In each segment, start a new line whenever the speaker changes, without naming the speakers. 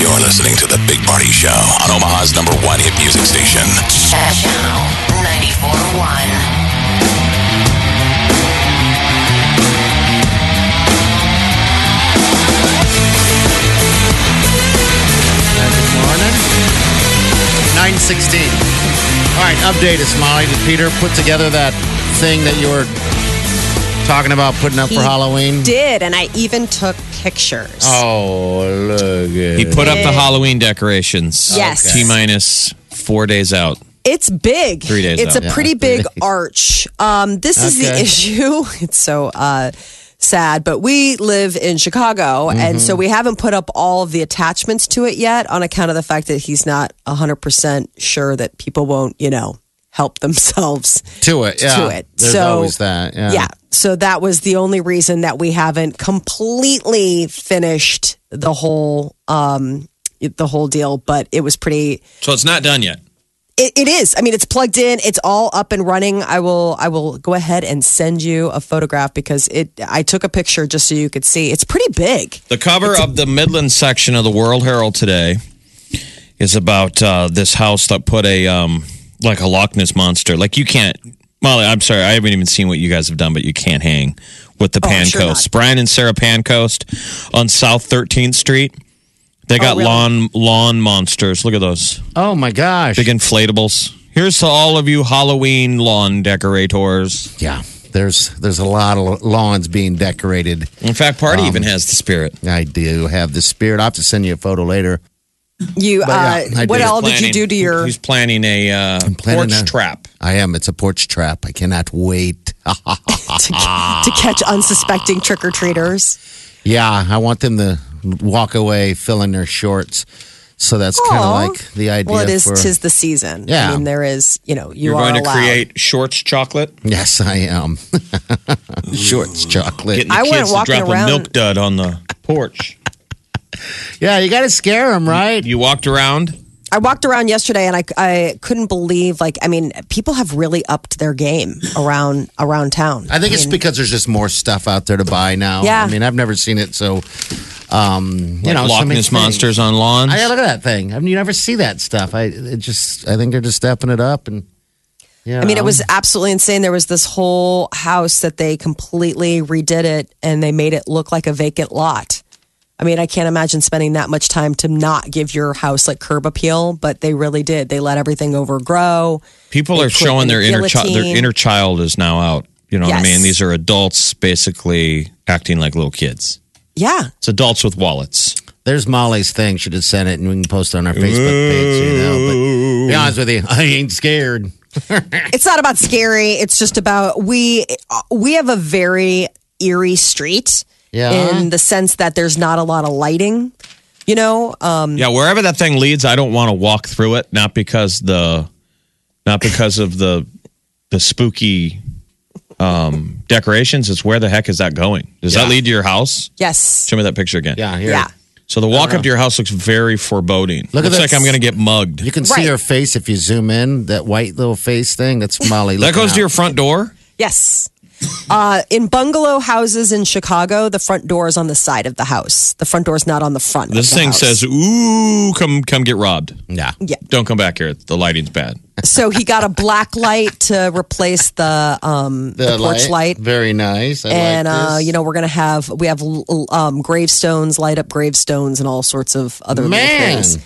You're listening to The Big Party Show on Omaha's number one hit music station.
Channel 94.1.
Good morning. 916. All right, update us, Molly. Did Peter put together that thing that you were talking about putting up for
He
Halloween?
Did and I even took pictures.
Oh, look at
He put up the Halloween decorations.
Yes.
T minus four days out.
It's big.
Three days
It's
out.
a pretty big arch. Um, this is the
Okay.
issue. It's so uh, sad, but we live in Chicago, and so we haven't put up all of the attachments to it yet on account of the fact that he's not 100% sure that people won't, you know, help themselves.
to it. Yeah,
to it.
There's
So-
always that. Yeah.
Yeah. So that was the only reason that we haven't completely finished the whole um the whole deal, but it was pretty
So it's not done yet.
it, it is. I mean, it's plugged in. It's all up and running. I will. I will go ahead and send you a photograph because it. I took a picture just so you could see. It's pretty big.
The cover of the Midland section of the World Herald today is about uh, this house that put a um, like a Loch Ness monster. Like you can't, Molly. I'm sorry, I haven't even seen what you guys have done, but you can't hang with the
Oh, I'm sure
Pancoast. Brian and Sarah Pancoast on South 13th Street. They got
Oh, really?
lawn lawn monsters. Look at those
Oh my gosh.
big inflatables. Here's to all of you Halloween lawn decorators.
yeah. There's there's a lot of lawns being decorated.
In fact, Party
Um,
even has the spirit.
I do have the spirit. I'll have to send you a photo later.
You.
But yeah,
uh,
I
what
did.
all did you do to your?
He's planning a uh,
planning
porch
a-
trap.
I am. It's a porch trap. I cannot wait.
to, to catch unsuspecting trick or treaters.
Yeah, I want them to walk away filling their shorts. So that's kind of
Aw.
like the idea.
Well, it is
for,
tis the season.
Yeah.
I mean, there is. You know, you
You're
are
going to
allowed.
create shorts chocolate.
Yes, I am. shorts chocolate.
Getting the
I went
kids to
walking
drop a
around-
milk dud on the porch.
yeah, you got to scare them, right?
You walked around.
I walked around yesterday and I, I couldn't believe like I mean people have really upped their game around around town.
I think it's because there's just more stuff out there to buy now.
Yeah.
I mean, I've never seen it, so um, you
You
know, so
Loch
many
Ness
things.
monsters on lawns.
I, yeah, look at that thing. I mean, you never see that stuff. I it just, I think they're just stepping it up, and yeah.
I mean, it was absolutely insane. There was this whole house that they completely redid it and they made it look like a vacant lot. I mean, I can't imagine spending that much time to not give your house like curb appeal, but they really did. They let everything overgrow.
People
They
are
put
showing
in
their
a
inner child. Their
guillotine.
inner child is now out. You know what
Yes.
I mean? These are adults basically acting like little kids.
Yeah.
It's adults with wallets.
There's Molly's thing. She just sent it, and we can post it on our Facebook page. You know, but to be honest with you, I ain't scared.
It's not about scary. It's just about we we have a very eerie street
Yeah.
in the sense that there's not a lot of lighting. You know, um,
Yeah, wherever that thing leads, I don't want to walk through it. Not because the, not because of the, the spooky, um, decorations. It's where the heck is that going? Does that
Yeah.
lead to your house?
yes,
Show me that picture again.
Yeah, here.
yeah.
So the walk up to your house looks very foreboding.
Look at
looks
this.
like I'm going to get mugged.
You can see
Right.
her face if you zoom in. That white little face thing. That's Molly.
that
looking
goes to your
out.
front door.
Yes. Uh, in bungalow houses in Chicago, the front door is on the side of the house. The front door is not on the front. of
This
the
thing
house.
says, "Ooh, come come get robbed.
Yeah.
Don't come back here. The lighting's bad."
So he got a black light to replace the um, the, porch light.
Very nice. I
And
like
uh,
this.
you know we're gonna have we have l- l- um, gravestones, light up gravestones, and all sorts of other little
Man.
things.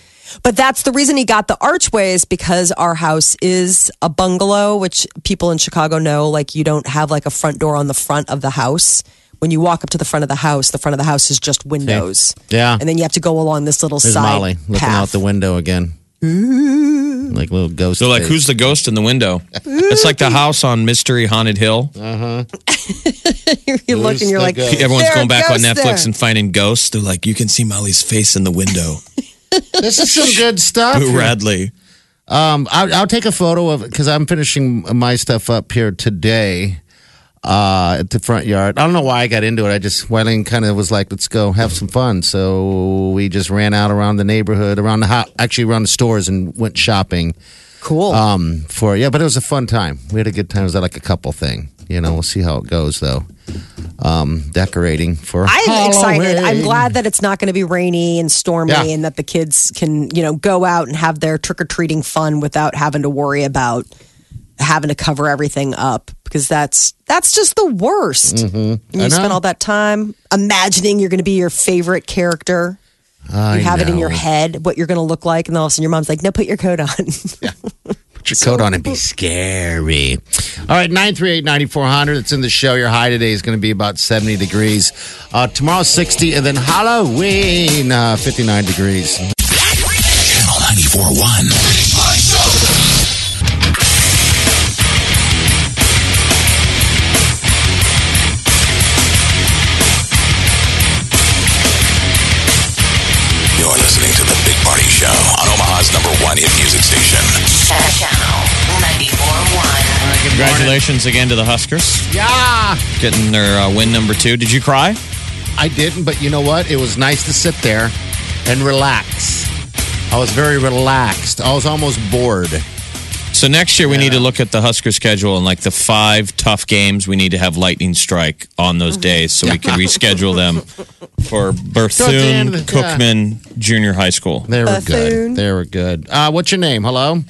But that's the reason he got the archways because our house is a bungalow, which people in Chicago know. Like you don't have like a front door on the front of the house. When you walk up to the front of the house, the front of the house is just windows.
Yeah.
and then you have to go along this little
There's
side
Molly looking
path.
out the window again. like little ghost.
They're like,
face.
"Who's the ghost in the window?" it's like the house on Mystery Haunted Hill.
you look look and you're
the
like,
ghost.
Everyone's
"There
going
it
back on
goes there."
Netflix and finding ghosts. They're like, you can see Molly's face in the window.
This is some good stuff.
Boo Radley.
Um, I'll, I'll take a photo of it because I'm finishing my stuff up here today uh, at the front yard. I don't know why I got into it. I just, Wileen kind of was like, let's go have some fun. So we just ran out around the neighborhood, around the house, actually around the stores and went shopping
cool.
um, for, yeah, but it was a fun time. We had a good time. It was like a couple thing. You know, we'll see how it goes though. Um, decorating for
I'm excited. I'm
Halloween.
glad that it's not going to be rainy and stormy
Yeah.
and that the kids can, you know, go out and have their trick or treating fun without having to worry about having to cover everything up because that's that's just the worst. And
Mm-hmm. I
You spend
know.
all that time imagining you're going to be your favorite character.
I
you have it in your
know.
head what you're going to look like, and then all of a sudden your mom's like, "No, put your coat on."
Put your coat on and be scary. All right, 938 9400. It's in the show. Your high today is going to be about 70 degrees. Uh, tomorrow, 60, and then Halloween, uh, 59 degrees.
Channel 941. You're listening to The Big Party Show on Omaha's number one hit music station.
Channel 941.
Congratulations again to the Huskers
Yeah,
getting their uh, win number two. Did you cry?
I didn't, but you know what? It was nice to sit there and relax. I was very relaxed. I was almost bored.
So next year we need to look at the Husker schedule and like the five tough games we need to have lightning strike on those days so we can reschedule them for Berthune
Berthune, yeah.
Cookman Junior High School.
They were
Buffoon.
good. They were good. Uh, what's your name? Hello?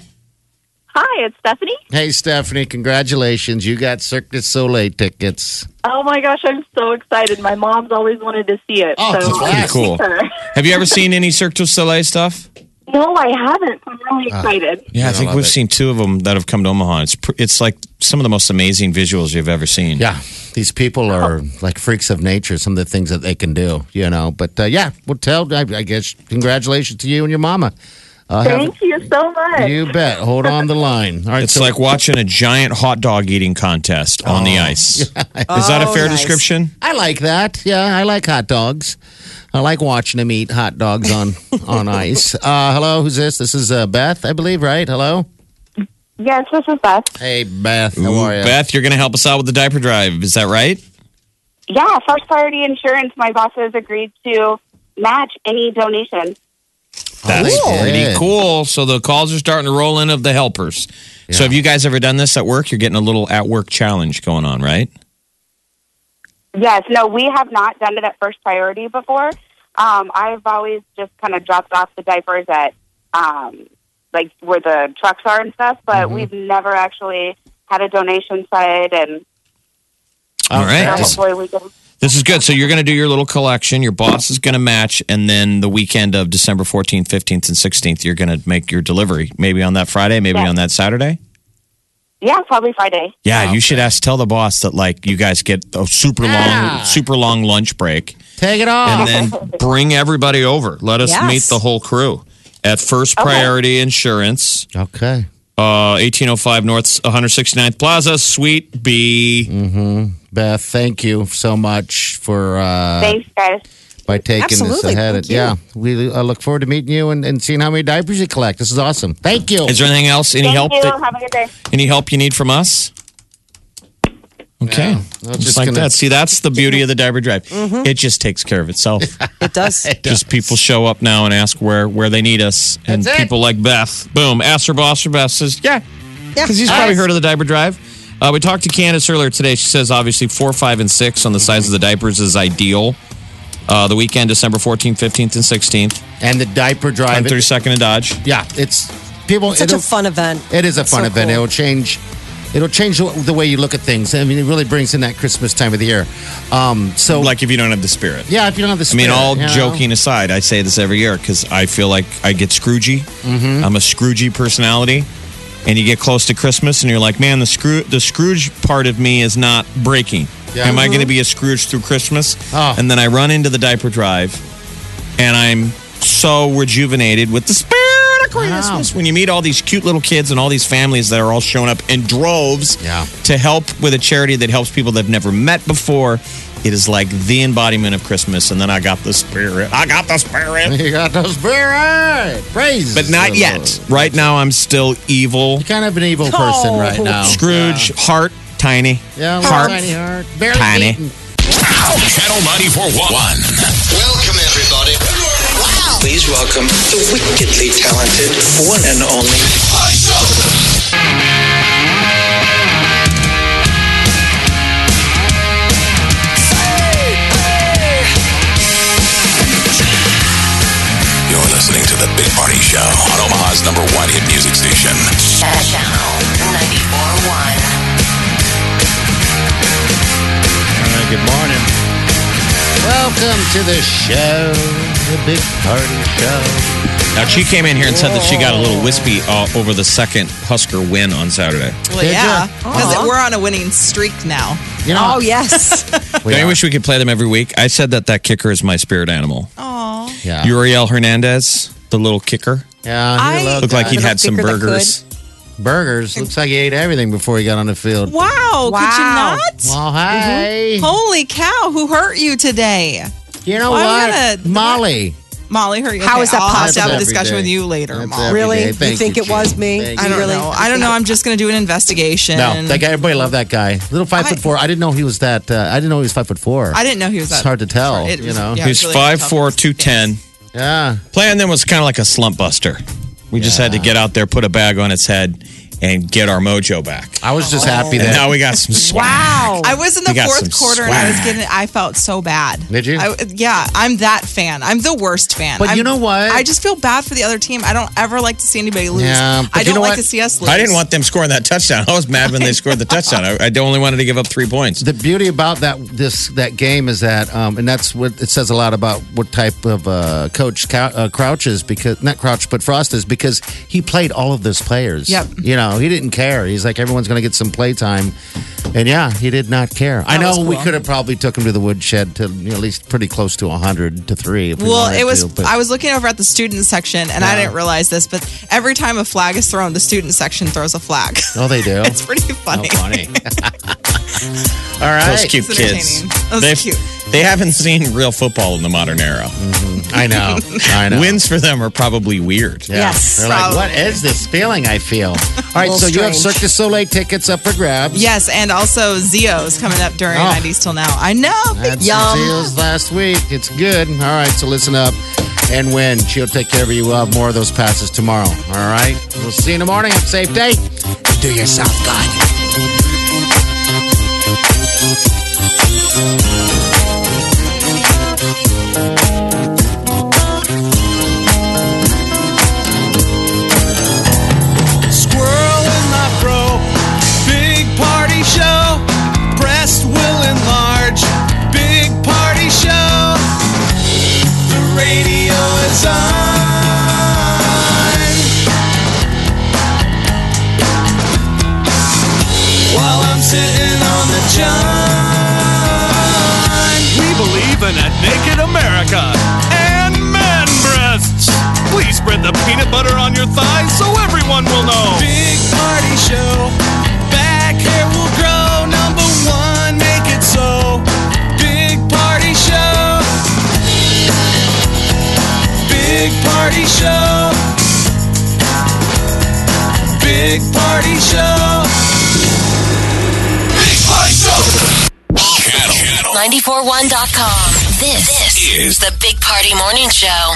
Hi, it's Stephanie.
Hey, Stephanie, congratulations. You got Cirque du Soleil tickets.
Oh my gosh, I'm so excited. My mom's always wanted to see it.
Oh,
so
that's
I
pretty
cool.
asked her.
Have you ever seen any Cirque du Soleil stuff?
No, I haven't. I'm really
Uh,
excited.
Yeah, I
I
think
love
we've
it.
seen two of them that have come to Omaha. It's pr- it's like some of the most amazing visuals you've ever seen.
Yeah, these people are like freaks of nature. Some of the things that they can do, you know. But uh, yeah, we'll tell. I, I guess congratulations to you and your mama. Uh, have-
Thank you so much.
you bet. Hold on the line. All right,
It's
so-
like watching a giant hot dog eating contest on
Oh.
the ice. Is that a
Oh,
fair
nice.
description?
I like that. Yeah, I like hot dogs. I like watching them eat hot dogs on on ice. Uh, hello, who's this? This is uh, Beth, I believe. Right? Hello.
Yes, this is Beth.
Hey, Beth. How
Ooh,
are Oh, you?
Beth, you're going to help us out with the diaper drive. Is that right?
Yeah, first priority insurance. My boss has agreed to match any donation.
That's
Cool.
pretty
Oh, Yeah.
cool. So the calls are starting to roll in of the helpers. So have you guys ever done this at work? You're getting a little at work challenge going on, right?
Yes, no, we have not done it at first priority before. Um, I've always just kind of dropped off the diapers at um, like where the trucks are and stuff, but
Mm-hmm.
we've never actually had a donation side, and
Oh,
All
you know,
right. This,
hopefully we can.
this is good. So you're going to do your little collection. Your boss is going to match. And then the weekend of December 14th, 15th, and 16th, you're going to make your delivery. Maybe on that Friday, maybe
Yeah.
on that Saturday.
Yeah, probably Friday.
Yeah, you should ask. Tell the boss that like you guys get a super long, super long lunch break,
Take it
and
off.
then bring everybody over. Let us
Yes.
meet the whole crew at First Priority Insurance,
okay.
uh, 1805 North 169th Plaza, Suite B.
Beth, thank you so much for uh,
Thanks, guys.
by taking this
Absolutely.
ahead.
Thank you.
yeah, we uh, look forward to meeting you and, and seeing how many diapers you collect. This is awesome. Thank you.
Is there anything else? Any
Thank
help?
you.
That,
Have a good day.
any help you need from us? Okay,
I was
just,
just
like
gonna-
that. See, that's the beauty of the diaper drive. It just takes care of itself.
it does.
Just people show up now and ask where where they need us, and
That's it.
people like Beth, boom, ask her boss or Beth says, yeah,
Yeah.
because he's probably heard of the diaper drive. Uh, we talked to Candace earlier today. She says obviously four, five, and six on the size of the diapers is ideal. Uh, the weekend, December 14th, 15th, and 16th.
and the diaper
I'm
drive.
32nd and Dodge.
yeah, it's people.
Such a
it'll-
fun event.
It is a fun
so
event.
cool.
It'll change. It'll change the- the way you look at things. I mean, it really brings in that Christmas time of the year. Um, so,
Like if you don't have the spirit.
yeah, if you don't have the,
I mean,
spirit,
all
you know.
joking aside, I say this every year because I feel like I get Scroogey. Mm-hmm. I'm a Scroogey personality, and you get close to Christmas, and you're like, man, the Scroo- the Scrooge part of me is not breaking.
Yeah. Mm-hmm.
Am I going to be a Scrooge through Christmas?
Oh.
And then I run into the diaper drive, and I'm so rejuvenated with the spirit of Christmas. When you meet all these cute little kids and all these families that are all showing up in droves
Yeah.
to help with a charity that helps people they've never met before. It is like the embodiment of Christmas. And then I got the spirit. I got the spirit.
You got those spirit. Praise.
But not
the
yet.
Lord.
Right now, I'm still evil.
You're kind of an evil person
Oh.
right now.
Scrooge, heart, tiny.
Yeah, yeah
heart.
tiny heart. Barely
Tiny.
beaten.
Channel 941.
Welcome, everybody. Wow. Please welcome the wickedly talented one and only.
You're listening to The Big Party Show on Omaha's number one hit music station.
Channel 941.
good morning.
Welcome to the show, the big party show.
Now, she came in here and said that she got a little wispy uh, over the second Husker win on Saturday.
Well,
Did
yeah,
ya?
because we're on a winning streak now.
Oh. You know,
Oh, yes.
we
I
are-
wish we could play them every week. I said that that kicker is my spirit animal.
Aww.
yeah.
Uriel Hernandez, the little kicker,
yeah, he
I-
looked
looked like
like
he'd
he
had some
kicker that
burgers.
burgers. Looks like he ate everything before he got on the field.
Wow, Could you
Wow.
not?
Well, hey,
Holy cow! Who hurt you today,
you know
Well, I'm
what,
gonna-
Molly?
Molly? Hurt you?
How is that
I'll
possible?
have to have
That's
a discussion
every
with
day.
you later,
That's
Mom.
every
Really?
day.
You
Thank
think it
Jean.
was me?
Thank
I
you.
don't
Really?
know. I don't know. I'm just gonna do an investigation.
No, that guy. Everybody loved that guy. Little five
I-
foot four. I didn't know he was that. Uh, I didn't know he was five foot four.
I didn't know he was.
It's
that-
hard to tell,
It
you
was-
know.
yeah, it was
Who's
really
five
tough.
four two ten?
yeah.
Playing them was kind of like a slump buster. We just had to get out there, put a bag on its head, and get our mojo back.
I was
Oh.
just happy
And
that.
now we got some swag.
I was in
We
the
got
fourth
some
quarter and I was
swag.
getting. I felt so bad.
Did you?
I, yeah, I'm that fan. I'm the worst fan.
But
I'm-
you know what?
I just feel bad for the other team. I don't ever like to see anybody lose.
Yeah, but
I
you
don't
know
like
what?
to see us lose.
I didn't want them scoring that touchdown. I was mad when they scored the touchdown. I, I only wanted to give up three points.
the beauty about that this that game is that, um, and that's what it says a lot about what type of uh, coach Cou- uh, Crouch is because not Crouch but Frost is because he played all of those players.
Yep.
You know he didn't care. He's like everyone's going to get some play time, and yeah, he did not care. I know
was
we
cool.
could have probably took him to the woodshed to you know, at least pretty close to hundred to three. If we
Well,
wanted
it was.
to, but-
I was looking over at the student section, and I
Yeah.
didn't realize this, but every time a flag is thrown, the student section throws a flag.
Oh, they do. Oh,
it's pretty funny.
Funny.
All right.
Those cute
It's
kids.
entertaining. Those
They've-
cute.
They haven't seen real football in the modern era.
I know. I know.
Wins for them are probably weird.
Yeah.
Yes.
They're like,
Probably.
what is this feeling I feel? All right, so
little
you have
strange.
Cirque du Soleil tickets up for grabs.
Yes, and also Zio's coming up during
Oh.
90s till now. I know.
I had
Yum.
some deals last week. It's good. All right, so listen up and win. She'll take care of you. We'll have more of those passes tomorrow. All right, we'll see you in the morning. Have a safe day. Do yourself good.
Squirrel in my bro. Big party show. Breast will enlarge. Big party show. The radio is on. While I'm sitting on the john. We believe in a naked America and man breasts. Please spread the peanut butter on your thighs so everyone will know. Big party show. Back hair will grow. Number one, make it so. Big party show. Big party show. Big party show.
Big Party Show. Channel,
941.com. This, this
is
is the Big Party Morning Show.